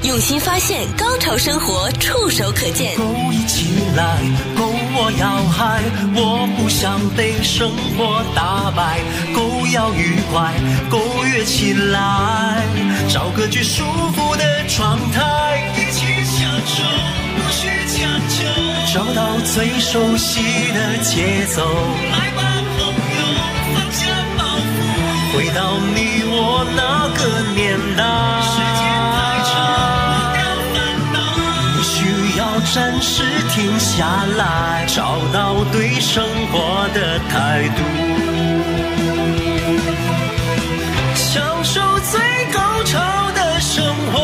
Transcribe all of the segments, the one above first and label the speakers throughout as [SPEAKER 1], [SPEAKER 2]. [SPEAKER 1] 用心发现，高潮生活触手可见
[SPEAKER 2] 勾一起来，勾我要嗨，我不想被生活打败，勾要愉快，勾跃起来，找个最舒服的状态，一起享受，不需强求，找到最熟悉的节奏，来吧，朋友，放下包袱，回到你我那个年代。时间太长，不需要暂时停下来，找到对生活的态度，享受最高潮的生活。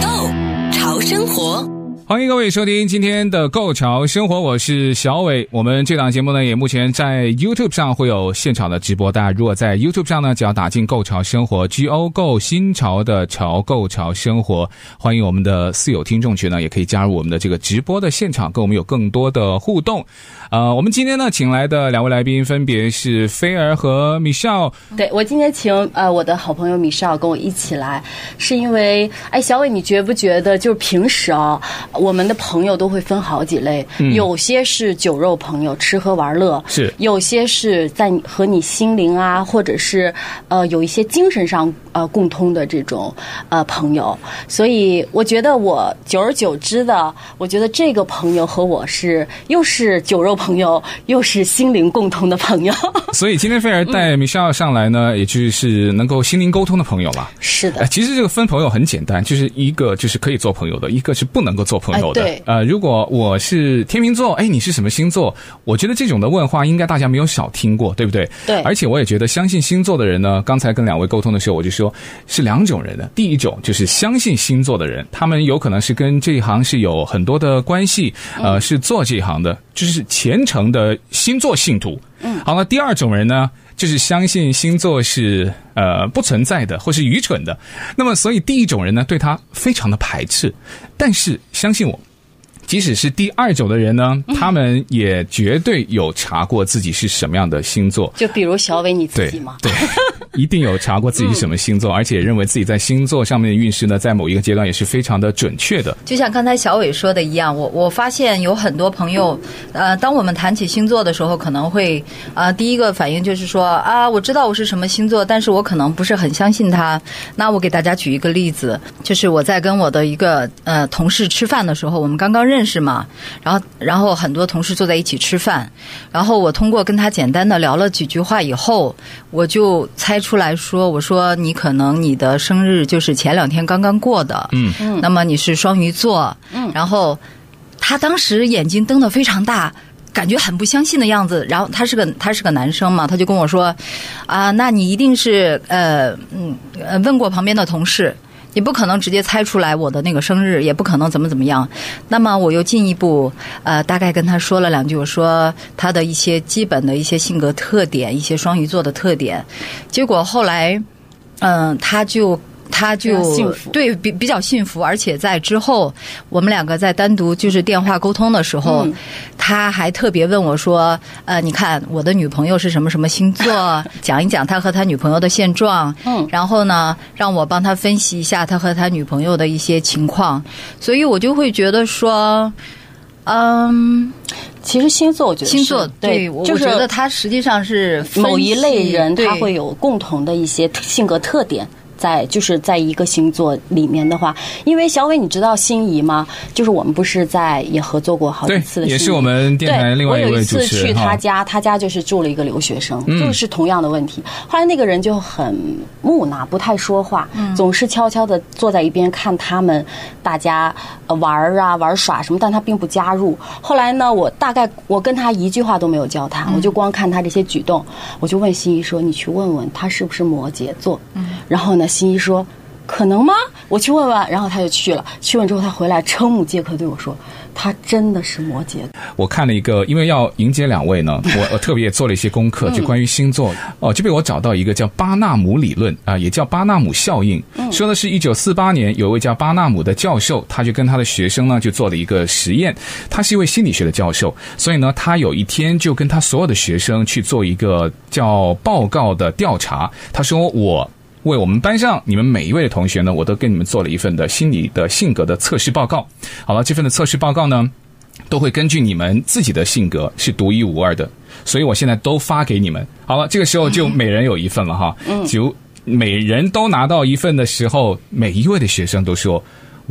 [SPEAKER 1] ，Go 潮生活，
[SPEAKER 3] 欢迎各位收听今天的《购潮生活》，我是小伟。我们这档节目呢，也目前在 YouTube 上会有现场的直播。大家如果在 YouTube 上呢，只要打进“购潮生活 ”，G O 购新潮的潮，购潮生活。欢迎我们的四友听众群呢，也可以加入我们的这个直播的现场，跟我们有更多的互动。呃，我们今天呢，请来的两位来宾分别是菲儿和米笑。
[SPEAKER 4] 对我今天请呃我的好朋友米少跟我一起来，是因为哎小伟你觉不觉得就是平时啊我们的朋友都会分好几类，有些是酒肉朋友吃喝玩乐，
[SPEAKER 3] 是
[SPEAKER 4] 有些是在你和你心灵啊或者是呃有一些精神上呃共通的这种呃朋友，所以我觉得我久而久之的，我觉得这个朋友和我是又是酒肉朋友又是心灵共通的朋友，
[SPEAKER 3] 所以今天菲儿带米笑上来呢，也就是能够心灵沟通的朋友了。
[SPEAKER 4] 是的
[SPEAKER 3] 呃，。其实这个分朋友很简单，就是一个就是可以做朋友的，一个是不能够做朋友的。
[SPEAKER 4] 哎对
[SPEAKER 3] 呃，如果我是天秤座，哎，你是什么星座？我觉得这种的问话应该大家没有少听过，对不对？
[SPEAKER 4] 对
[SPEAKER 3] 而且我也觉得，相信星座的人呢，刚才跟两位沟通的时候，我就说是两种人的。第一种就是相信星座的人，他们有可能是跟这一行是有很多的关系，
[SPEAKER 4] 嗯
[SPEAKER 3] 呃，是做这一行的，就是虔诚的星座信徒。嗯，好了，第二种人呢，就是相信星座是呃不存在的或是愚蠢的。那么，所以第一种人呢，对他非常的排斥，但是相信我。即使是第二种的人呢，
[SPEAKER 4] 嗯
[SPEAKER 3] 他们也绝对有查过自己是什么样的星座，
[SPEAKER 4] 就比如小伟你自
[SPEAKER 3] 对
[SPEAKER 4] 己嗯嘛，
[SPEAKER 3] 对，一定有查过自己是什么星座，而且认为自己在星座上面的运势呢，在某一个阶段也是非常的准确的。
[SPEAKER 5] 就像刚才小伟说的一样，我我发现有很多朋友，呃，当我们谈起星座的时候，可能会啊、呃第一个反应就是说啊，我知道我是什么星座，但是我可能不是很相信它。那我给大家举一个例子，就是我在跟我的一个呃同事吃饭的时候，我们刚刚认识嘛，然后然后很多同事坐在一起吃饭，然后我通过跟他简单的聊了几句话以后，我就猜出来说，我说你可能你的生日就是前两天刚刚过的，
[SPEAKER 3] 嗯。
[SPEAKER 5] 那么你是双鱼座，嗯，然后他当时眼睛瞪得非常大，感觉很不相信的样子。然后他是个他是个男生嘛，他就跟我说，啊、那你一定是呃嗯呃问过旁边的同事。你不可能直接猜出来我的那个生日，也不可能怎么怎么样。那么我又进一步，呃，大概跟他说了两句，我说他的一些基本的一些性格特点，一些双鱼座的特点。结果后来，嗯、他就他
[SPEAKER 4] 非
[SPEAKER 5] 就
[SPEAKER 4] 常幸福
[SPEAKER 5] 对比比较幸福，而且在之后我们两个在单独就是电话沟通的时候，
[SPEAKER 4] 嗯
[SPEAKER 5] 他还特别问我说：“呃，你看我的女朋友是什么什么星 座，讲一讲他和他女朋友的现状，
[SPEAKER 4] 嗯
[SPEAKER 5] 然后呢，让我帮他分析一下他和他女朋友的一些情况。”所以我就会觉得说，嗯，
[SPEAKER 4] 其实星座我觉得是
[SPEAKER 5] 星座
[SPEAKER 4] 对，
[SPEAKER 5] 我
[SPEAKER 4] 就是
[SPEAKER 5] 我觉得他实际上是分
[SPEAKER 4] 某一类
[SPEAKER 5] 析
[SPEAKER 4] 人
[SPEAKER 5] 对
[SPEAKER 4] 他会有共同的一些特性格特点。在就是在一个星座里面的话，因为小伟你知道心仪吗？就是我们不是在也合作过好几
[SPEAKER 3] 对
[SPEAKER 4] 哦次的心仪，
[SPEAKER 3] 也是我们电台
[SPEAKER 4] 对
[SPEAKER 3] 另外一
[SPEAKER 4] 我有
[SPEAKER 3] 位
[SPEAKER 4] 一
[SPEAKER 3] 主
[SPEAKER 4] 次
[SPEAKER 3] 持人
[SPEAKER 4] 去
[SPEAKER 3] 哈嗯
[SPEAKER 4] 他家，他家就是住了一个留学生，就是同样的问题。后来那个人就很木讷，不太说话，总是悄悄的坐在一边看他们大家呃玩儿啊玩儿耍什么，但他并不加入。后来呢，我大概我跟他一句话都没有交谈，我就光看他这些举动，我就问心怡说：“你去问问他是不是摩羯座？”然后呢，心怡说。可能吗？我去问问，然后他就去了。去问之后，他回来瞠目结舌对我说：“他真的是摩羯
[SPEAKER 3] 我看了一个，因为要迎接两位呢，我我特别也做了一些功课，就关于星座哦，就被我找到一个叫巴纳姆理论啊、也叫巴纳姆效应，说的是一九四八年有一位叫巴纳姆的教授，他就跟他的学生呢就做了一个实验，他是一位心理学的教授，所以呢，他有一天就跟他所有的学生去做一个叫报告的调查，他说我。为我们班上你们每一位的同学呢，我都给你们做了一份的心理的性格的测试报告。好了，这份的测试报告呢，都会根据你们自己的性格是独一无二的，所以我现在都发给你们。好了，这个时候就每人有一份了哈。嗯，就每人都拿到一份的时候，每一位的学生都说：“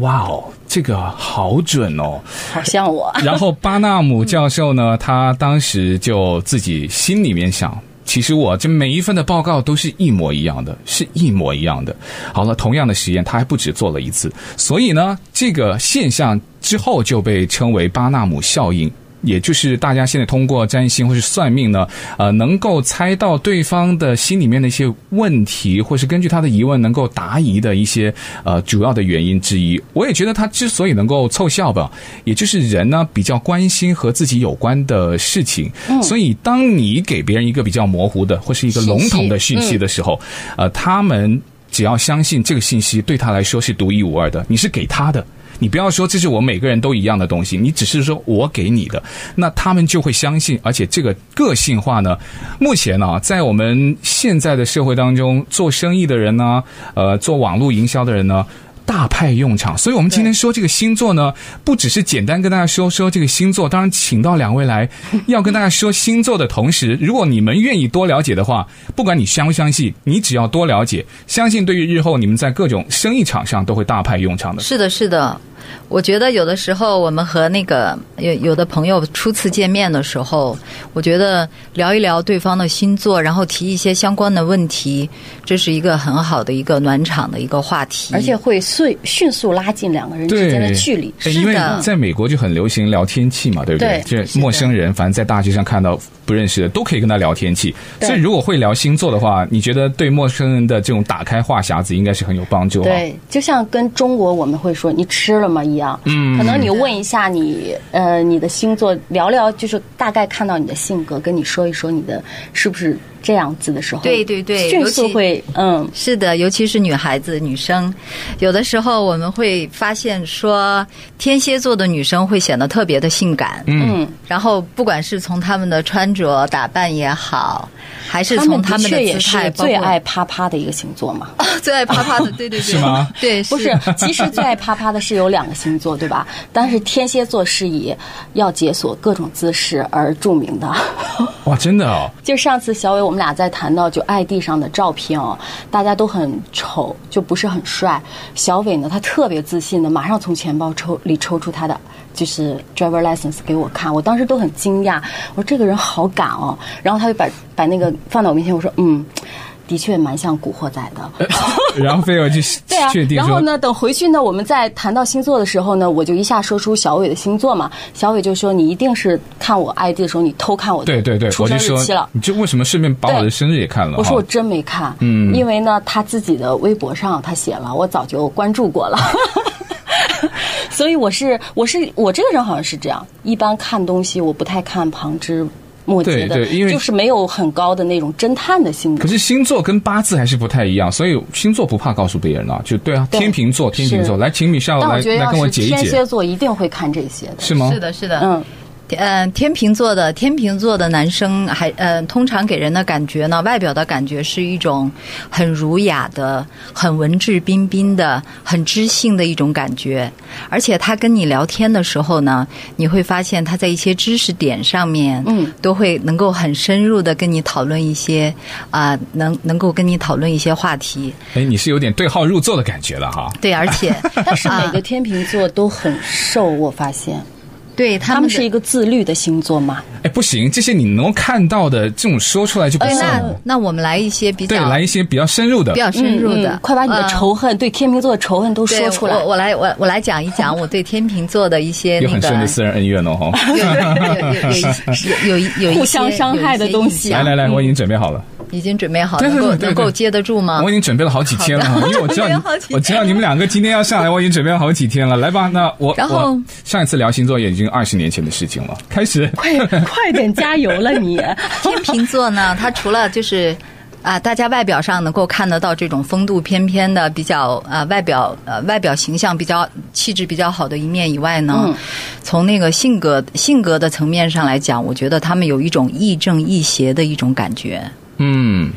[SPEAKER 3] 哇哦，这个好准哦。”
[SPEAKER 4] 好像我，
[SPEAKER 3] 然后巴纳姆教授呢，他当时就自己心里面想。其实我这每一份的报告都是一模一样的，是一模一样的。好了，同样的实验，他还不止做了一次，所以呢，这个现象之后就被称为巴纳姆效应，也就是大家现在通过占星或是算命呢，呃，能够猜到对方的心里面的一些问题，或是根据他的疑问能够答疑的一些呃主要的原因之一。我也觉得他之所以能够凑效吧，也就是人呢比较关心和自己有关的事情，所以当你给别人一个比较模糊的或是一个笼统的讯息的时候，呃，他们只要相信这个信息对他来说是独一无二的，你是给他的。你不要说这是我每个人都一样的东西，你只是说我给你的，那他们就会相信。而且这个个性化呢，目前呢、在我们现在的社会当中，做生意的人呢，呃，做网络营销的人呢。大派用场，所以我们今天说这个星座呢，不只是简单跟大家说说这个星座。当然，请到两位 来，要跟大家说星座的同时，如果你们愿意多了解的话，不管你相不相信，你只要多了解，相信对于日后你们在各种生意场上都会大派用场的。
[SPEAKER 5] 是的，是的，我觉得有的时候我们和那个有有的朋友初次见面的时候，我觉得聊一聊对方的星座，然后提一些相关的问题，这是一个很好的一个暖场的一个话题。
[SPEAKER 4] 而且会迅迅速拉近两个人之
[SPEAKER 3] 对
[SPEAKER 4] 间的距离。
[SPEAKER 3] 哎
[SPEAKER 5] 是
[SPEAKER 3] 因为
[SPEAKER 5] 的
[SPEAKER 3] 在美国就很流行聊天气嘛，对不对？
[SPEAKER 4] 对
[SPEAKER 3] 这陌生人，反正在大街上看到不认识的，都可以跟他聊天气。
[SPEAKER 4] 对
[SPEAKER 3] 所以如果会聊星座的话，你觉得对陌生人的这种打开话匣子应该是很有帮助哈？啊
[SPEAKER 4] 对，就像跟中国我们会说“你吃了吗”一样，
[SPEAKER 3] 嗯
[SPEAKER 4] 可能你问一下你呃你的星座，聊聊就是大概看到你的性格，跟你说一说你的是不是这样子的时候，
[SPEAKER 5] 对对对
[SPEAKER 4] 迅
[SPEAKER 5] 尤
[SPEAKER 4] 速
[SPEAKER 5] 其
[SPEAKER 4] 会嗯
[SPEAKER 5] 是的，尤其是女孩子、女生，有的时候我们会发现说，天蝎座的女生会显得特别的性感。
[SPEAKER 3] 嗯，
[SPEAKER 4] 嗯，
[SPEAKER 5] 然后，不管是从她们的穿着打扮也好，还是
[SPEAKER 4] 他
[SPEAKER 5] 从
[SPEAKER 4] 们
[SPEAKER 5] 她
[SPEAKER 4] 的
[SPEAKER 5] 们
[SPEAKER 4] 确
[SPEAKER 5] 的
[SPEAKER 4] 也
[SPEAKER 5] 姿
[SPEAKER 4] 是
[SPEAKER 5] 态，包
[SPEAKER 4] 最
[SPEAKER 5] 括
[SPEAKER 4] 爱啪啪的一个星座 嘛，
[SPEAKER 5] 最爱啪啪的，对对对，
[SPEAKER 3] 是吗？
[SPEAKER 5] 对，
[SPEAKER 4] 不是，其实最爱啪啪的是有两个星座对吧？但是天蝎座是以要解锁各种姿势而著名的。
[SPEAKER 3] 哇，真的哦，
[SPEAKER 4] 就上次小伟我们俩在谈到就 ID 上的照片哦，大家都很丑，就不是很帅。小伟呢，他特别自信的，马上从钱包抽里抽出他的就是 driver license 给我看，我当时都很惊讶，我说这个人好敢哦。然后他就把把那个放到我面前，我说嗯，的确蛮像古惑仔的。
[SPEAKER 3] 然后菲儿就
[SPEAKER 4] 对啊
[SPEAKER 3] 呃确，定
[SPEAKER 4] 然
[SPEAKER 3] 说
[SPEAKER 4] 后，呢，等回去呢，我们在谈到星座的时候呢，我就一下说出小伟的星座嘛，小伟就说你一定是看我 ID 的时候，你偷看我的
[SPEAKER 3] 对对对，
[SPEAKER 4] 出
[SPEAKER 3] 我
[SPEAKER 4] 生
[SPEAKER 3] 就
[SPEAKER 4] 日
[SPEAKER 3] 说
[SPEAKER 4] 期了，。
[SPEAKER 3] 你就为什么顺便把我的
[SPEAKER 4] 对
[SPEAKER 3] 生日也看了哈？
[SPEAKER 4] 我说我真没看，
[SPEAKER 3] 嗯
[SPEAKER 4] 因为呢，他自己的微博上他写了，我早就关注过了。 所以我是我是我这个人好像是这样，一般看东西我不太看旁枝末节的，
[SPEAKER 3] 对对因为
[SPEAKER 4] 就是没有很高的那种侦探的性格
[SPEAKER 3] 可。是星座跟八字还是不太一样，所以星座不怕告诉别人啊。就对啊，
[SPEAKER 4] 对
[SPEAKER 3] 天秤座，天秤座，
[SPEAKER 4] 是
[SPEAKER 3] 来，请米少
[SPEAKER 4] 但
[SPEAKER 3] 来
[SPEAKER 4] 我觉得
[SPEAKER 3] 来跟
[SPEAKER 4] 要
[SPEAKER 3] 我
[SPEAKER 4] 是
[SPEAKER 3] 解一
[SPEAKER 4] 天
[SPEAKER 3] 解
[SPEAKER 4] 蝎，座一定会看这些的，
[SPEAKER 3] 是吗？
[SPEAKER 5] 是的，是的，
[SPEAKER 4] 嗯，
[SPEAKER 5] 呃，天秤座的天秤座的男生还呃，通常给人的感觉呢，外表的感觉是一种很儒雅的、很文质彬彬的、很知性的一种感觉。而且他跟你聊天的时候呢，你会发现他在一些知识点上面，
[SPEAKER 4] 嗯，
[SPEAKER 5] 都会能够很深入的跟你讨论一些啊、能能够跟你讨论一些话题。
[SPEAKER 3] 哎，你是有点对号入座的感觉了哈。
[SPEAKER 5] 对，而 且
[SPEAKER 4] 但是每
[SPEAKER 5] 啊
[SPEAKER 4] 个天秤座都很瘦，我发现
[SPEAKER 5] 对
[SPEAKER 4] 他
[SPEAKER 5] 他们
[SPEAKER 4] 们
[SPEAKER 5] 的
[SPEAKER 4] 是一个自律的嗯星座嘛。
[SPEAKER 3] 哎，不行，这些你能够看到的，这种说出来就不
[SPEAKER 5] 哎，
[SPEAKER 3] 算
[SPEAKER 5] 那
[SPEAKER 3] 了。
[SPEAKER 5] 那我们来一些比较
[SPEAKER 3] 对，来一些比较深入的
[SPEAKER 5] 比。较深入的，
[SPEAKER 4] 嗯嗯快把你的
[SPEAKER 5] 呃
[SPEAKER 4] 仇恨、对天秤座的仇恨都
[SPEAKER 5] 对
[SPEAKER 4] 说出来
[SPEAKER 5] 我。我来我我来讲一讲我对天秤座的一些
[SPEAKER 3] 有
[SPEAKER 5] 那
[SPEAKER 3] 很深的
[SPEAKER 5] 个。
[SPEAKER 3] 私人恩怨哦，哈！
[SPEAKER 5] 有有有有有有有有一
[SPEAKER 4] 互相
[SPEAKER 5] 些
[SPEAKER 4] 伤害的东西
[SPEAKER 3] 来来，来，我已经准备好了，
[SPEAKER 5] 已经准备好，
[SPEAKER 3] 对对
[SPEAKER 5] 能够
[SPEAKER 3] 对对
[SPEAKER 5] 能够
[SPEAKER 3] 对
[SPEAKER 5] 接得住吗
[SPEAKER 3] 我已？经准备了好几天了，
[SPEAKER 5] 好的
[SPEAKER 3] 因为我知道你
[SPEAKER 5] 准备了好几，天
[SPEAKER 3] 我知道你们两个今天要上来，我已经准备了好几天了。来吧，那我
[SPEAKER 5] 然后
[SPEAKER 3] 我上一次聊星座也已经二十年前的事情了，开始。
[SPEAKER 4] 快 快点加油了你！
[SPEAKER 5] 天秤座呢， 它除了就是。啊，大家外表上能够看得到这种风度翩翩的、比较啊外表呃外表形象比较气质比较好的一面以外呢，
[SPEAKER 4] 嗯
[SPEAKER 5] 从那个性格性格的层面上来讲，我觉得他们有一种亦正亦邪的一种感觉。
[SPEAKER 3] 嗯，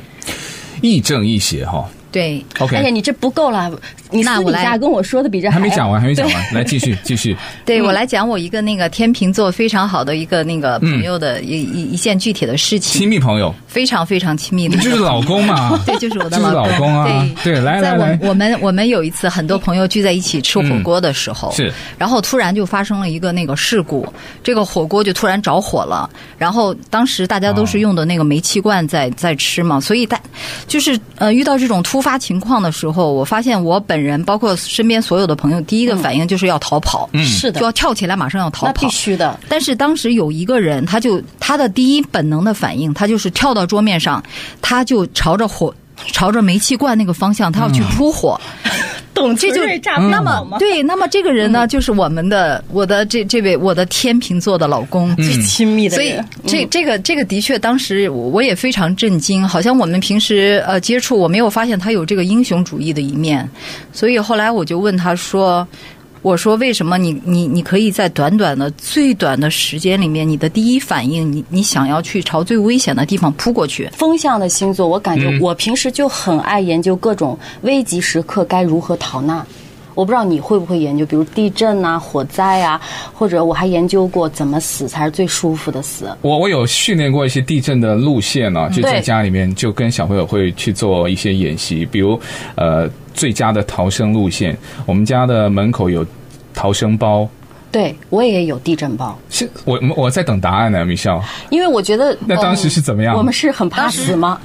[SPEAKER 3] 亦正亦邪哈。
[SPEAKER 5] 对，
[SPEAKER 4] 哎呀，
[SPEAKER 3] OK，
[SPEAKER 4] 你这不够了，你
[SPEAKER 5] 那
[SPEAKER 4] 私
[SPEAKER 5] 我
[SPEAKER 4] 底
[SPEAKER 5] 来
[SPEAKER 4] 下跟我说的比这
[SPEAKER 3] 还没讲完，还没讲
[SPEAKER 4] 对
[SPEAKER 3] 完，来继 续继续。
[SPEAKER 5] 对我来讲，我一个那个天秤座非常好的一个那个朋友的一一一件具体的事
[SPEAKER 3] 嗯亲
[SPEAKER 5] 情，
[SPEAKER 3] 密朋友，
[SPEAKER 5] 非常非常亲密的
[SPEAKER 3] 你
[SPEAKER 5] 一个
[SPEAKER 3] 就是
[SPEAKER 5] 朋友。
[SPEAKER 3] 老公嘛？
[SPEAKER 5] 对，就是我的
[SPEAKER 3] 就是
[SPEAKER 5] 老
[SPEAKER 3] 老公啊
[SPEAKER 5] 对
[SPEAKER 3] 对来
[SPEAKER 5] 在
[SPEAKER 3] 来
[SPEAKER 5] 我
[SPEAKER 3] 来
[SPEAKER 5] 我们我们有一次很多朋友聚在一起吃火锅的时候，
[SPEAKER 3] 嗯是，
[SPEAKER 5] 然后突然就发生了一个那个事故，这个火锅就突然着火了，然后当时大家都
[SPEAKER 3] 哦
[SPEAKER 5] 是用的那个煤气罐在在吃嘛，所以大就是呃遇到这种突发情况的时候，我发现我本人包括身边所有的朋友，第一个反应就是要逃跑，
[SPEAKER 3] 嗯
[SPEAKER 4] 嗯是的
[SPEAKER 5] 就要跳起来马上要逃
[SPEAKER 4] 那
[SPEAKER 5] 跑
[SPEAKER 4] 必，须的，
[SPEAKER 5] 但是当时有一个人，他就他的第一本能的反应，他就是跳到桌面上，他就朝着火。朝着煤气罐那个方向，他要去扑火。
[SPEAKER 4] 董
[SPEAKER 5] 这
[SPEAKER 4] 存
[SPEAKER 5] 就
[SPEAKER 4] 瑞炸不
[SPEAKER 3] 嗯
[SPEAKER 4] 了
[SPEAKER 5] 那么
[SPEAKER 4] 我吗？
[SPEAKER 5] 对，那么这个人呢，就是我们的我的这这位我的天秤座的老公。
[SPEAKER 3] 嗯
[SPEAKER 4] 最亲密的
[SPEAKER 5] 所以
[SPEAKER 4] 人，嗯
[SPEAKER 5] 这这个这个的确，当时我我也非常震惊，好像我们平时呃接触，我没有发现他有这个英雄主义的一面，所以后来我就问他说。我说：“为什么你你你可以在短短的最短的时间里面，你的第一反应，你你想要去朝最危险的地方扑过去？
[SPEAKER 4] 风象的星座，我感
[SPEAKER 3] 嗯
[SPEAKER 4] 觉我平时就很爱研究各种危急时刻该如何逃难。我不知道你会不会研究，比如地震呐、火灾啊，或者我还研究过怎么死才是最舒服的死。
[SPEAKER 3] 我我有训练过一些地震的路线
[SPEAKER 5] 嗯
[SPEAKER 3] 呢、就在
[SPEAKER 4] 对
[SPEAKER 3] 家里面就跟小朋友会去做一些演习，比如呃最佳的逃生路线，我们家的门口有逃生包。
[SPEAKER 4] 对我也有地震包，
[SPEAKER 3] 是我我在等答案呢，米 笑。
[SPEAKER 4] 因为我觉得嗯
[SPEAKER 3] 那当时是怎么样
[SPEAKER 4] 我们是很怕死吗？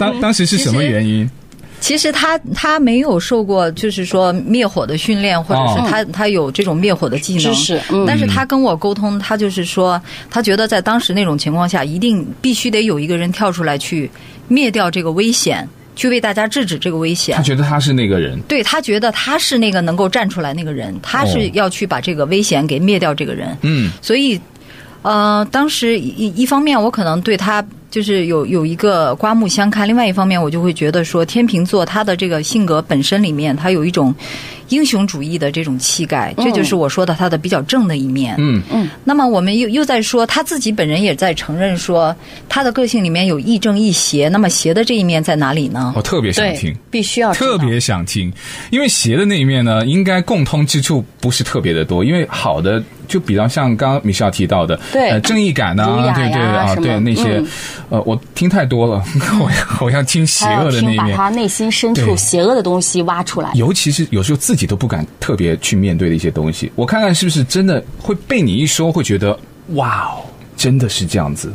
[SPEAKER 3] 当当时是什么原因？
[SPEAKER 5] 其实他他没有受过，就是说灭火的训练，或者
[SPEAKER 3] 哦
[SPEAKER 5] 是他、他有这种灭火的技能
[SPEAKER 4] 知识嗯
[SPEAKER 5] 但是他跟我沟通，他就是说，他觉得在当时那种情况下，一定必须得有一个人跳出来去灭掉这个危险，去为大家制止这个危险
[SPEAKER 3] 他。觉得他是那个人，
[SPEAKER 5] 对他觉得他是那个能够站出来那个人，他
[SPEAKER 3] 哦
[SPEAKER 5] 是要去把这个危险给灭掉这个人。
[SPEAKER 3] 嗯，
[SPEAKER 5] 所以，呃，当时一一方面我可能对他就是有有一个刮目相看，另外一方面我就会觉得说，天秤座他的这个性格本身里面，他有一种英雄主义的这种气概，这就是我说的他的比较正的一面。
[SPEAKER 3] 嗯
[SPEAKER 5] 嗯。那么我们又又在说他自己本人也在承认说，他的个性里面有亦正亦邪，那么邪的这一面在哪里呢？
[SPEAKER 3] 我特别想听
[SPEAKER 4] 对。，必须要知
[SPEAKER 3] 特
[SPEAKER 4] 道
[SPEAKER 3] 别想听，因为邪的那一面呢，应该共通之处不是特别的多，因为好的就比较像刚刚米笑提到的，
[SPEAKER 4] 对
[SPEAKER 3] 呃、正义感呐、
[SPEAKER 4] 儒雅
[SPEAKER 3] 对对
[SPEAKER 4] 呀
[SPEAKER 3] 啊，
[SPEAKER 4] 什么
[SPEAKER 3] 对那些、
[SPEAKER 4] 嗯
[SPEAKER 3] 呃，我听太多了， 我要我要听邪
[SPEAKER 4] 还要
[SPEAKER 3] 恶的那
[SPEAKER 4] 听
[SPEAKER 3] 一
[SPEAKER 4] 把
[SPEAKER 3] 面，
[SPEAKER 4] 他内心深
[SPEAKER 3] 对
[SPEAKER 4] 处邪恶的东西挖出来。
[SPEAKER 3] 尤其是有时候自己都不敢特别去面对的一些东西，我看看是不是真的会被你一说，会觉得哇哦，真的是这样子，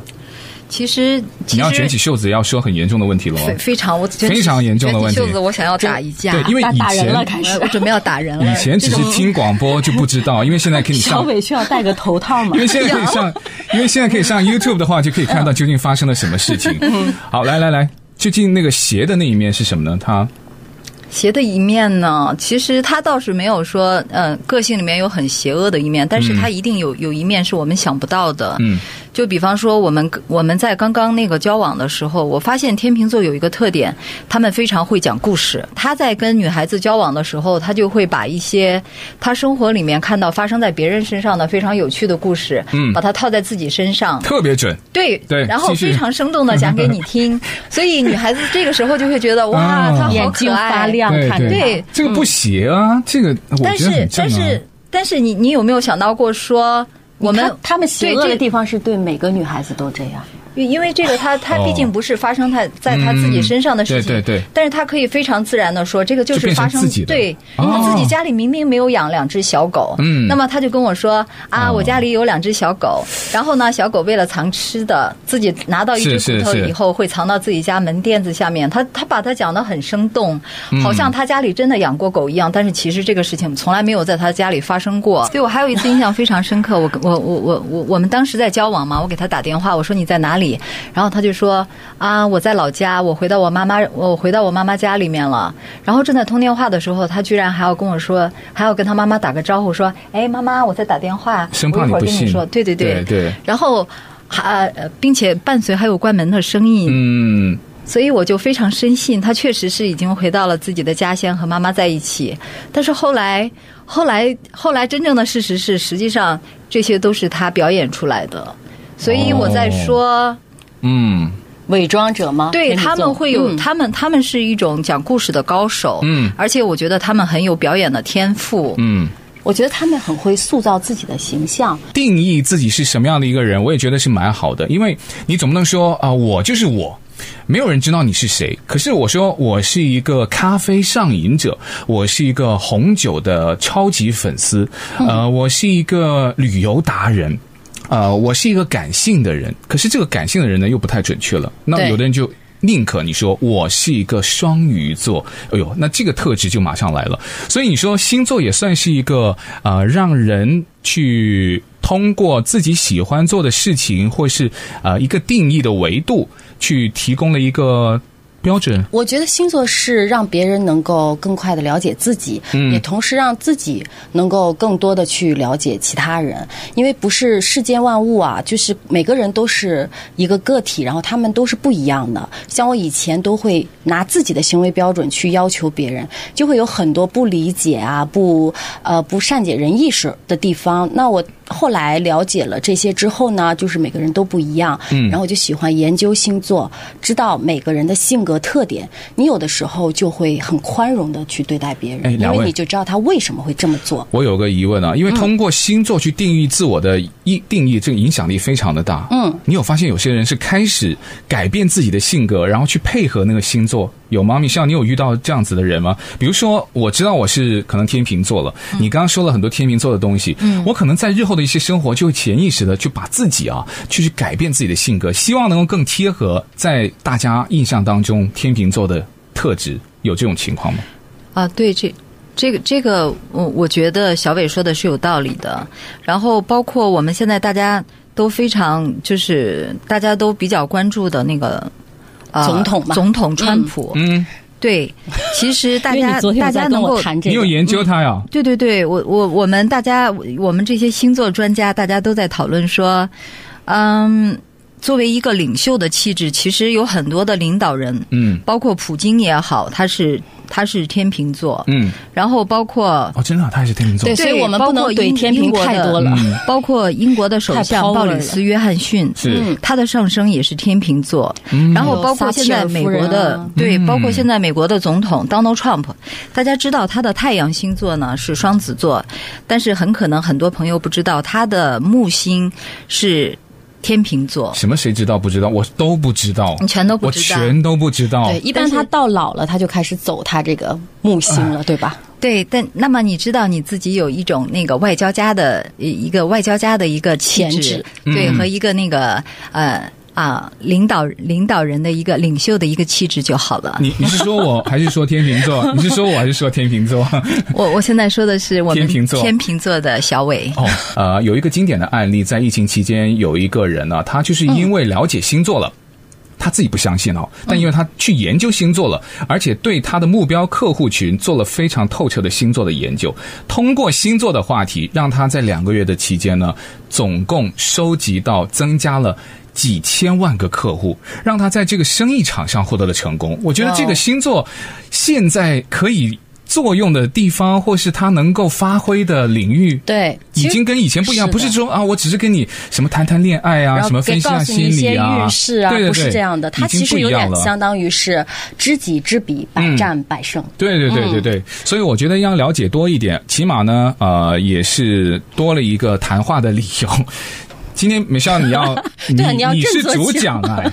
[SPEAKER 5] 其实，其实
[SPEAKER 3] 你要卷起袖子要说很严重的问题了哦
[SPEAKER 5] 非。非常我
[SPEAKER 3] 非常严重的问题
[SPEAKER 5] 卷起袖子我想要打一架，
[SPEAKER 3] 对，因为
[SPEAKER 4] 打
[SPEAKER 3] 以
[SPEAKER 4] 打人
[SPEAKER 3] 前
[SPEAKER 4] 了，开始
[SPEAKER 5] 我我准备要打人了。
[SPEAKER 3] 以前只是听广播就不知 道，因为现在可以
[SPEAKER 4] 小
[SPEAKER 3] 上
[SPEAKER 4] 伟需要戴个头套嘛
[SPEAKER 3] 因为？现在可以上，因为现在可以上 YouTube 的话，就可以看到究竟发生了什么事情。
[SPEAKER 5] 嗯
[SPEAKER 3] 好，来来来，究竟那个邪的那一面是什么呢？它
[SPEAKER 5] 邪的一面呢，其实他倒是没有说，呃，个性里面有很邪恶的一面，但是他一定有有一面是我们想不到的。
[SPEAKER 3] 嗯，
[SPEAKER 5] 就比方说我们我们在刚刚那个交往的时候，我发现天秤座有一个特点，他们非常会讲故事。他在跟女孩子交往的时候，他就会把一些他生活里面看到发生在别人身上的非常有趣的故事，
[SPEAKER 3] 嗯
[SPEAKER 5] 把它套在自己身上，
[SPEAKER 3] 特别准，
[SPEAKER 5] 对
[SPEAKER 3] 对
[SPEAKER 5] 然后
[SPEAKER 3] 继续
[SPEAKER 5] 非常生动的讲给你 听，所以女孩子这个时候就会觉得哇，
[SPEAKER 3] 嗯
[SPEAKER 5] 她 好
[SPEAKER 4] 眼
[SPEAKER 5] 可
[SPEAKER 4] 睛发
[SPEAKER 5] 爱。
[SPEAKER 4] 亮，
[SPEAKER 3] 对
[SPEAKER 4] 看着
[SPEAKER 5] 对
[SPEAKER 4] 他
[SPEAKER 5] 对
[SPEAKER 3] 这个不邪啊，这个我
[SPEAKER 5] 但
[SPEAKER 3] 觉得很
[SPEAKER 5] 是
[SPEAKER 3] 正
[SPEAKER 5] 但
[SPEAKER 3] 啊。
[SPEAKER 5] 是但是你你有没有想到过说我
[SPEAKER 4] 你
[SPEAKER 5] 们
[SPEAKER 4] 看他们邪恶的
[SPEAKER 5] 对这
[SPEAKER 4] 地方是对每个女孩子都这样。
[SPEAKER 5] 因因为这个他他
[SPEAKER 3] 哦
[SPEAKER 5] 毕竟不是发生在在他自己身上的事
[SPEAKER 3] 嗯
[SPEAKER 5] 情，
[SPEAKER 3] 对对对
[SPEAKER 5] 但是他可以非常自然的说，这个就
[SPEAKER 3] 就变
[SPEAKER 5] 是
[SPEAKER 3] 成
[SPEAKER 5] 发生
[SPEAKER 3] 自己的
[SPEAKER 5] 对，
[SPEAKER 3] 哦
[SPEAKER 5] 他自己家里明明没有养两只小狗，
[SPEAKER 3] 嗯
[SPEAKER 5] 那么他就跟我说啊，
[SPEAKER 3] 哦
[SPEAKER 5] 我家里有两只小狗，然后呢，小狗为了藏吃的，自己拿到一只
[SPEAKER 3] 是是
[SPEAKER 5] 骨头
[SPEAKER 3] 是
[SPEAKER 5] 以后会藏到自己家门垫子下面，他他把它讲的很生动，
[SPEAKER 3] 嗯
[SPEAKER 5] 好像他家里真的养过狗一样，但是其实这个事情从来没有在他家里发生过。对我还有一次印象非常深刻，我跟我我我我我们当时在交往嘛，我给他打电话，我说你在哪里？然后他就说啊，我在老家，我回到我妈妈，我回到我妈妈家里面了。然后正在通电话的时候，他居然还要跟我说，还要跟他妈妈打个招呼，说，哎，妈妈，我在打电话，
[SPEAKER 3] 生怕
[SPEAKER 5] 我一
[SPEAKER 3] 你
[SPEAKER 5] 会儿
[SPEAKER 3] 不
[SPEAKER 5] 跟
[SPEAKER 3] 信
[SPEAKER 5] 你说，对对
[SPEAKER 3] 对
[SPEAKER 5] 对
[SPEAKER 3] 对
[SPEAKER 5] 然后。还、呃，并且伴随还有关门的声音，
[SPEAKER 3] 嗯，
[SPEAKER 5] 所以我就非常深信，他确实是已经回到了自己的家乡和妈妈在一起。但是后来，后来，后来，真正的事实是，实际上
[SPEAKER 3] 哦
[SPEAKER 5] 这些都是他表演出来的。所以我在说，
[SPEAKER 3] 嗯，
[SPEAKER 4] 伪装者吗？
[SPEAKER 5] 对
[SPEAKER 4] 天秤
[SPEAKER 5] 他
[SPEAKER 4] 座
[SPEAKER 5] 们会有、他们，他们是一种讲故事的高手，
[SPEAKER 3] 嗯
[SPEAKER 5] 而且我觉得他们很有表演的天赋，
[SPEAKER 3] 嗯，
[SPEAKER 4] 我觉得他们很会塑造自己的形象，
[SPEAKER 3] 定义自己是什么样的一个人，我也觉得是蛮好的，因为你总不能说啊、我就是我。没有人知道你是谁，可是我说我是一个咖啡上瘾者，我是一个红酒的超级粉丝，呃，我是一个旅游达人，呃，我是一个感性的人。可是这个感性的人呢，又不太准确了。那
[SPEAKER 5] 对
[SPEAKER 3] 有的人就宁可你说我是一个双鱼座，哎呦，那这个特质就马上来了。所以你说星座也算是一个呃，让人去通过自己喜欢做的事情，或是呃一个定义的维度，去提供了一个标准。
[SPEAKER 4] 我觉得星座是让别人能够更快的了解自己，也同时让自己能够更多的去了解其他人。因为不是世间万物啊，就是每个人都是一个个体，然后他们都是不一样的。像我以前都会拿自己的行为标准去要求别人，就会有很多不理解啊、不呃不善解人意识的地方。那我后来了解了这些之后呢，就是每个人都不一样，嗯，然后我就喜欢研究星座，知道每个人的性格特点。你有的时候就会很宽容的去对待别人，
[SPEAKER 3] 哎
[SPEAKER 4] 因
[SPEAKER 3] 两位
[SPEAKER 4] 为你就知道他为什么会这么做。
[SPEAKER 3] 我有个疑问啊，因为
[SPEAKER 4] 嗯
[SPEAKER 3] 通过星座去定义自我的一定义，这个影响力非常的大。
[SPEAKER 4] 嗯，
[SPEAKER 3] 你有发现有些人是开始改变自己的性格，然后去配合那个星座，有吗？米像你有遇到这样子的人吗？比如说，我知道我是可能天秤座了，
[SPEAKER 4] 嗯
[SPEAKER 3] 你刚刚说了很多天秤座的东西，嗯，我可能在日后的一些生活就会潜意识的去把自己啊，去去改变自己的性格，希望能够更贴合在大家印象当中天秤座的特质，有这种情况吗？
[SPEAKER 5] 啊，对，这这个这个，我我觉得小伟说的是有道理的。然后包括我们现在大家都非常就是大家都比较关注的那个。呃
[SPEAKER 4] 总统嘛
[SPEAKER 5] 总统川普，
[SPEAKER 3] 嗯，
[SPEAKER 5] 对，其实 大
[SPEAKER 4] 因为
[SPEAKER 5] 家
[SPEAKER 4] 你昨天
[SPEAKER 5] 大
[SPEAKER 4] 有
[SPEAKER 5] 家
[SPEAKER 4] 在跟
[SPEAKER 5] 能够
[SPEAKER 4] 我谈这
[SPEAKER 3] 你
[SPEAKER 4] 个嗯
[SPEAKER 3] 有，研究他呀？
[SPEAKER 5] 对对对，我我我们大家，我们这些星座专家，大家都在讨论说，嗯，作为一个领袖的气质，其实有很多的领导人，
[SPEAKER 3] 嗯
[SPEAKER 5] 包括普京也好，他是他是天秤座，
[SPEAKER 3] 嗯，
[SPEAKER 5] 然后包括
[SPEAKER 3] 哦，真的啊、他也是天秤座
[SPEAKER 4] 对，。所以我们
[SPEAKER 5] 包
[SPEAKER 4] 不
[SPEAKER 5] 括
[SPEAKER 4] 能怼
[SPEAKER 5] 英
[SPEAKER 4] 天平
[SPEAKER 5] 英国的
[SPEAKER 4] 太多了。
[SPEAKER 5] 包括英国的首相
[SPEAKER 4] 太 power
[SPEAKER 5] 鲍里斯·约翰逊，
[SPEAKER 3] 是
[SPEAKER 5] 嗯他的上升也是天秤座，然后包括现在美国
[SPEAKER 4] 有撒切尔夫人
[SPEAKER 5] 的
[SPEAKER 4] 啊
[SPEAKER 5] 对，
[SPEAKER 3] 嗯
[SPEAKER 5] 包括现在美国的总统 Donald Trump，大家知道他的太阳星座呢是双子座，但是很可能很多朋友不知道他的木星是天秤座，
[SPEAKER 3] 什么谁知道不知道？我都不知道，
[SPEAKER 5] 你全都不
[SPEAKER 3] 我
[SPEAKER 5] 知道。
[SPEAKER 3] 全都不知道
[SPEAKER 4] 对，。一般他到老了，他就开始走他这个木星
[SPEAKER 3] 嗯
[SPEAKER 4] 了，对吧？
[SPEAKER 5] 对，但那么你知道你自己有一种那个外交家的一一个外交家的一个气
[SPEAKER 4] 潜
[SPEAKER 5] 质
[SPEAKER 4] 质，
[SPEAKER 5] 对，
[SPEAKER 3] 嗯
[SPEAKER 5] 和一个那个呃啊领导领导人的一个领袖的一个气质就好了。
[SPEAKER 3] 你你是说我还是说天秤座？你是说我还是说天秤座？
[SPEAKER 5] 我我现在说的是我们
[SPEAKER 3] 天秤座
[SPEAKER 5] 天秤座的小伟，
[SPEAKER 3] 哦，呃，有一个经典的案例，在疫情期间有一个人呢、啊他就是因为了解星座了。他自己不相信哦，但因为他去研究星座了，而且对他的目标客户群做了非常透彻的星座的研究。通过星座的话题，让他在两个月的期间呢，总共收集到增加了。几千万个客户，让他在这个生意场上获得了成功。我觉得这
[SPEAKER 4] 哇
[SPEAKER 3] 个
[SPEAKER 4] 哦
[SPEAKER 3] 星座现在可以作用的地方，或是他能够发挥的领域，
[SPEAKER 4] 对，
[SPEAKER 3] 已经跟以前不一样，
[SPEAKER 4] 是的
[SPEAKER 3] 不是说啊，我只是跟你什么谈谈恋爱啊，
[SPEAKER 4] 然
[SPEAKER 3] 什
[SPEAKER 4] 后
[SPEAKER 3] 么
[SPEAKER 4] 给
[SPEAKER 3] 分析
[SPEAKER 4] 告
[SPEAKER 3] 啊
[SPEAKER 4] 诉你一
[SPEAKER 3] 心
[SPEAKER 4] 些
[SPEAKER 3] 理啊，
[SPEAKER 4] 预示啊，
[SPEAKER 3] 对对对
[SPEAKER 4] 不是这样的，它
[SPEAKER 3] 已经
[SPEAKER 4] 其实
[SPEAKER 3] 不
[SPEAKER 4] 有
[SPEAKER 3] 一样
[SPEAKER 4] 点
[SPEAKER 3] 了
[SPEAKER 4] 相当于是知己知彼，百战百胜。
[SPEAKER 3] 对对
[SPEAKER 4] 嗯
[SPEAKER 3] 对对对，所以我觉得要了解多一点，起码呢，呃，也是多了一个谈话的理由。今天美少，你 要你
[SPEAKER 4] 对啊你要
[SPEAKER 3] 是
[SPEAKER 4] 振作
[SPEAKER 3] 主
[SPEAKER 4] 起来
[SPEAKER 3] 讲啊，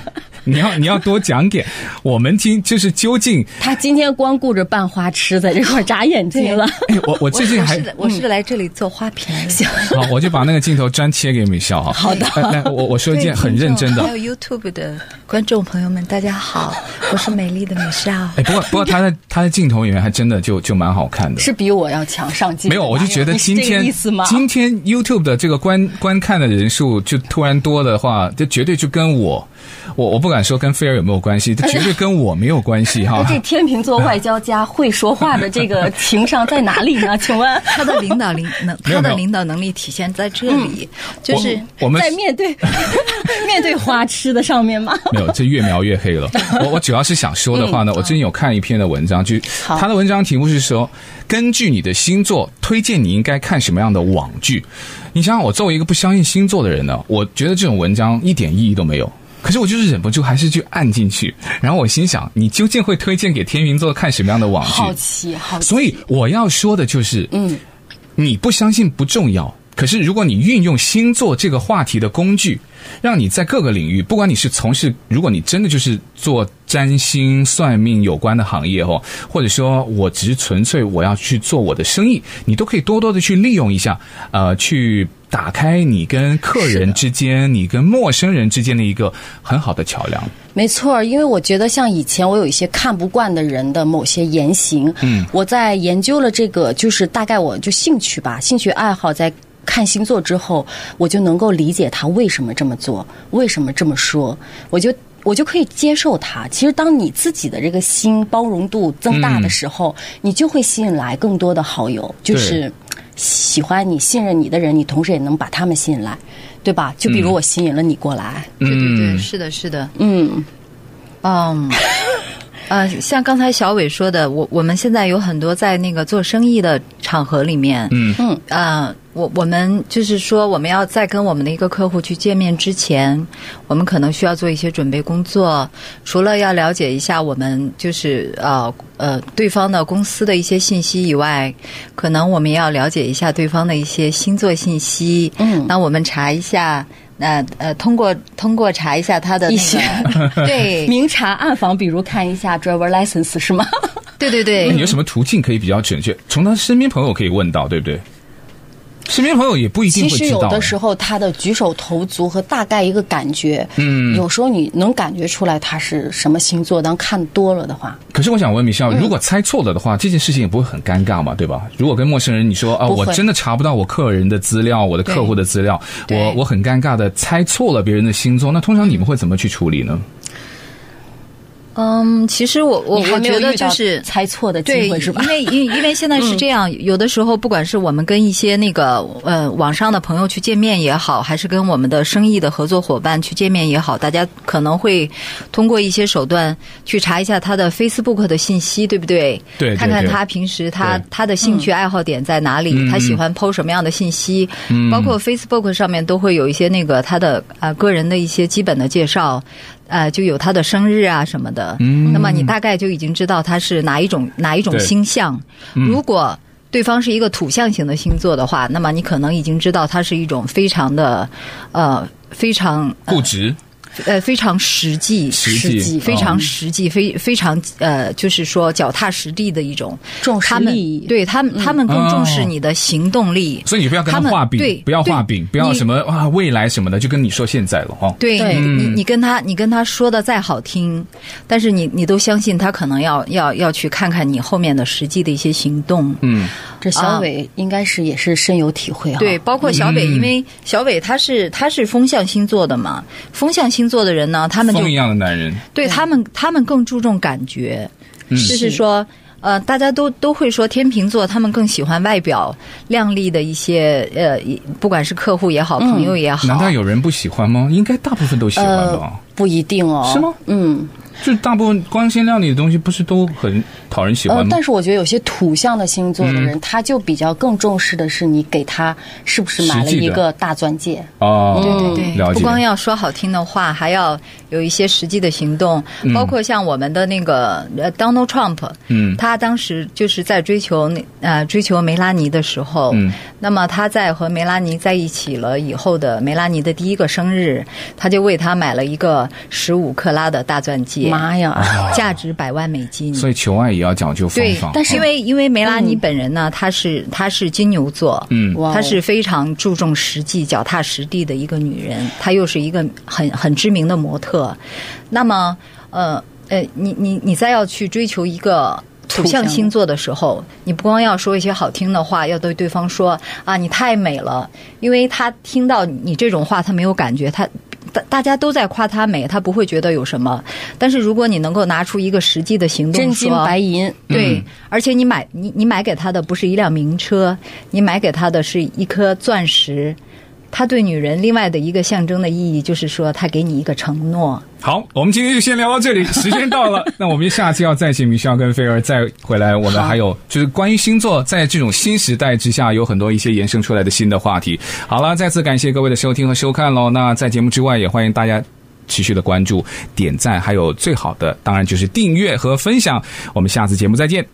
[SPEAKER 3] 你要你要多讲点，我们听就是究竟，
[SPEAKER 4] 他今天光顾着拌花痴，在这块儿眨眼睛了。
[SPEAKER 3] 哎，我我
[SPEAKER 5] 我
[SPEAKER 3] 最近
[SPEAKER 5] 我
[SPEAKER 3] 还
[SPEAKER 5] 是来我是来这里做花瓶的。
[SPEAKER 3] 好，我就把那个镜头专切给美少哈。好的，来，我我说一件很认 真的，
[SPEAKER 5] 还有 YouTube 的观众朋友们，大家好，我是美丽的美 少。
[SPEAKER 3] 哎，不过不过他在他在镜头里面还真的就就蛮好看的，
[SPEAKER 4] 是比我要强上进
[SPEAKER 3] 没
[SPEAKER 4] 的吧，
[SPEAKER 3] 有，我就觉得
[SPEAKER 4] 你是
[SPEAKER 3] 今
[SPEAKER 4] 这个
[SPEAKER 3] 天
[SPEAKER 4] 意思吗？
[SPEAKER 3] 今天 YouTube 的这个观观看的人数就突然多的话，这绝对就跟我，我我不敢说跟菲儿有没有关系，这绝对跟我没有关系
[SPEAKER 4] 那
[SPEAKER 3] 哈。
[SPEAKER 4] 哎这天秤座外交家会说话的这个情商在哪里 呢？请问，
[SPEAKER 5] 他的领导能能，
[SPEAKER 3] 没有没
[SPEAKER 5] 他的
[SPEAKER 3] 有
[SPEAKER 5] 领导能力体现在这里，就是
[SPEAKER 3] 我我们
[SPEAKER 4] 在面 对面对花痴的上面 吗？
[SPEAKER 3] 没有，这越描越黑 了。我我主要是想说的话呢，我最近有看一篇的文章，就
[SPEAKER 4] 嗯好
[SPEAKER 3] 他的文章题目是说，根据你的星座推荐你应该看什么样的网剧。你想想，我作为一个不相信星座的人呢，我觉得这种文章一点意义都没有。可是我就是忍不住还是去按进去。然后我心想，你究竟会推荐给天秤座看什么样的网
[SPEAKER 4] 好
[SPEAKER 3] 剧？
[SPEAKER 4] 奇，好奇。
[SPEAKER 3] 所以我要说的就是，
[SPEAKER 4] 嗯，
[SPEAKER 3] 你不相信不重要，可是如果你运用星座这个话题的工具，让你在各个领域，不管你是从事，如果你真的就是做占星、算命有关的行业哦，或者说我只是纯粹我要去做我的生意，你都可以多多的去利用一下，呃，去。打开你跟客人之间、你跟陌生人之间的一个很好的桥梁。
[SPEAKER 4] 没错，因为我觉得像以前我有一些看不惯的人的某些言行，嗯，我在研究了这个，就是大概我就兴趣吧，兴趣爱好在。看星座之后，我就能够理解他为什么这么做，为什么这么说，我就我就可以接受他。其实，当你自己的这个心包容度增大的时候，你就会吸引来更多的好友，就是喜欢你、信任你的人，你同时也能把他们吸引来，对吧？就比如我吸引了你过来，
[SPEAKER 3] 嗯
[SPEAKER 5] 对对对，是的，是的，
[SPEAKER 4] 嗯
[SPEAKER 5] 嗯。呃，像刚才小伟说的，我我们现在有很多在那个做生意的场合里面，
[SPEAKER 3] 嗯
[SPEAKER 4] 嗯，
[SPEAKER 5] 呃，我我们就是说，我们要在跟我们的一个客户去见面之前，我们可能需要做一些准备工作，除了要了解一下我们就是呃呃对方的公司的一些信息以外，可能我们也要了解一下对方的一些星座信息，
[SPEAKER 4] 嗯
[SPEAKER 5] 那我们查一下。那呃，通过通过查一下他的那
[SPEAKER 4] 一些
[SPEAKER 5] 个 对
[SPEAKER 4] 明察暗访，比如看一下 driver license 是吗？
[SPEAKER 5] 对对
[SPEAKER 3] 那哎你
[SPEAKER 5] 对
[SPEAKER 3] 有什么途径可以比较准确？从他身边朋友可以问到，对不对？身边朋友也不一定
[SPEAKER 4] 其
[SPEAKER 3] 会
[SPEAKER 4] 实
[SPEAKER 3] 知
[SPEAKER 4] 有
[SPEAKER 3] 道。
[SPEAKER 4] 的时候他的举手投足和大概一个感觉，
[SPEAKER 3] 嗯
[SPEAKER 4] 有时候你能感觉出来他是什么星座，当看多了的话，
[SPEAKER 3] 可是我想问米笑，如果猜错了的话，这件事情也不会很尴尬嘛，对吧？如果跟陌生人你说啊，
[SPEAKER 4] 不会
[SPEAKER 3] 我真的查不到我客人的资料，我的客户的资料，
[SPEAKER 5] 对
[SPEAKER 3] 我我很尴尬的猜错了别人的星座，那通常你们会怎么去处理呢？
[SPEAKER 5] 嗯，其实我我
[SPEAKER 4] 你还
[SPEAKER 5] 我
[SPEAKER 4] 没有
[SPEAKER 5] 觉得
[SPEAKER 4] 遇到
[SPEAKER 5] 就是
[SPEAKER 4] 猜错的
[SPEAKER 5] 对，
[SPEAKER 4] 机会是吧嗯
[SPEAKER 5] 因？为因 因为现在是这样，有的时候不管是我们跟一些那个呃网上的朋友去见面也好，还是跟我们的生意的合作伙伴去见面也好，大家可能会通过一些手段去查一下他的 Facebook 的信息，对不对？
[SPEAKER 3] 对对
[SPEAKER 5] 看看
[SPEAKER 3] 对
[SPEAKER 5] 他平时他
[SPEAKER 3] 对
[SPEAKER 5] 他的兴
[SPEAKER 4] 嗯
[SPEAKER 5] 趣爱好点在哪里，
[SPEAKER 3] 嗯
[SPEAKER 5] 他喜欢 PO 什么样的信息，包括 Facebook 上面都会有一些那个他的啊、呃个人的一些基本的介绍。呃，就有他的生日啊什么的，嗯，那么你大概就已经知道他是哪一种哪一种
[SPEAKER 3] 对嗯
[SPEAKER 5] 星象。如果对方是一个土象型的星座的话，那么你可能已经知道他是一种非常的，呃，非常
[SPEAKER 3] 固执、
[SPEAKER 5] 呃非常实际、
[SPEAKER 3] 实
[SPEAKER 4] 实
[SPEAKER 3] 际、
[SPEAKER 4] 际
[SPEAKER 5] 非常
[SPEAKER 3] 哦
[SPEAKER 5] 实际、非非常呃，就是说脚踏实地的一种
[SPEAKER 4] 重视
[SPEAKER 5] 他们
[SPEAKER 4] 利益
[SPEAKER 5] 对他们他们更重视
[SPEAKER 3] 哦
[SPEAKER 5] 你的行动力。
[SPEAKER 3] 所以你不要跟他
[SPEAKER 5] 他们
[SPEAKER 3] 画饼
[SPEAKER 5] 对，
[SPEAKER 3] 不要画
[SPEAKER 5] 对
[SPEAKER 3] 饼，不要
[SPEAKER 5] 你
[SPEAKER 3] 什么啊未来什么的，就跟你说现在了哦。
[SPEAKER 5] 对
[SPEAKER 4] 对
[SPEAKER 5] 你，你你跟他，你跟他说的再好听，但是你你都相信他可能要要要去看看你后面的实际的一些行动。
[SPEAKER 3] 嗯，
[SPEAKER 4] 这小伟应该是也是深有体会哈。
[SPEAKER 5] 对，，包括小北，
[SPEAKER 3] 嗯
[SPEAKER 5] 因为小伟他是他是风象星座的嘛，风象星座的人呢，他们就
[SPEAKER 3] 风一样的男人，
[SPEAKER 5] 对他们他们更注重感觉，
[SPEAKER 3] 嗯
[SPEAKER 5] 就是说。呃，大家都都会说天秤座，他们更喜欢外表靓丽的一些呃，一不管是客户也好，朋友也好，
[SPEAKER 3] 难道有人不喜欢吗？应该大部分都喜欢
[SPEAKER 4] 呃
[SPEAKER 3] 吧。，
[SPEAKER 4] 不一定哦。
[SPEAKER 3] 是吗？
[SPEAKER 4] 嗯，
[SPEAKER 3] 就大部分光鲜亮丽的东西，不是都很讨人喜欢
[SPEAKER 4] 呃，
[SPEAKER 3] 吗？嗯
[SPEAKER 4] 但是我觉得有些土象的星座的人，他就比较更重视的是你给他是不是买了
[SPEAKER 3] 实际
[SPEAKER 4] 一
[SPEAKER 3] 的
[SPEAKER 4] 个大钻戒。
[SPEAKER 3] 哦，
[SPEAKER 5] 对，
[SPEAKER 3] 了解。
[SPEAKER 5] 不光要说好听的话，还要有一些实际的行动，包括像我们的那个呃 Donald Trump，
[SPEAKER 3] 嗯
[SPEAKER 5] 他当时就是在追求那呃追求梅拉尼的时候，
[SPEAKER 3] 嗯
[SPEAKER 5] 那么他在和梅拉尼在一起了以后的梅拉尼的第一个生日，他就为她买了一个十五克拉的大钻戒，
[SPEAKER 4] 妈 呀！
[SPEAKER 5] 价值百万美金。
[SPEAKER 3] 所以求爱也要讲究方
[SPEAKER 5] 对
[SPEAKER 3] 法，，
[SPEAKER 5] 但是因为
[SPEAKER 4] 嗯
[SPEAKER 5] 因为梅拉尼本人呢，她是她是金牛座，
[SPEAKER 3] 嗯
[SPEAKER 4] 哇哦
[SPEAKER 5] 她是非常注重实际、脚踏实地的一个女人，她又是一个很很知名的模特。那么，呃呃，你你你再要去追求一个。土
[SPEAKER 4] 土象
[SPEAKER 5] 象星座的时候，你不光要说一些好听的话，要对对方说啊，你太美了，因为他听到你这种话，他没有感觉，他大大家都在夸她美，他不会觉得有什么。但是如果你能够拿出一个实际的行动说，
[SPEAKER 4] 真金白银，
[SPEAKER 5] 对，而且你买你你买给他的不是一辆名车，你买给他的是一颗钻石。他对女人另外的一个象征的意义，就是说他给你一个承诺。
[SPEAKER 3] 好，我们今天就先聊到这 里，时间到了。那我们下期要再请米歇跟菲儿再回来，我们还有就是关于星座，在这种新时代之下，有很多一些延伸出来的新的话题。好了，再次感谢各位的收听和收看喽。那在节目之外，也欢迎大家。持续的关注、点赞，还有最好的当然就是订阅和分享。我们下次节目再见。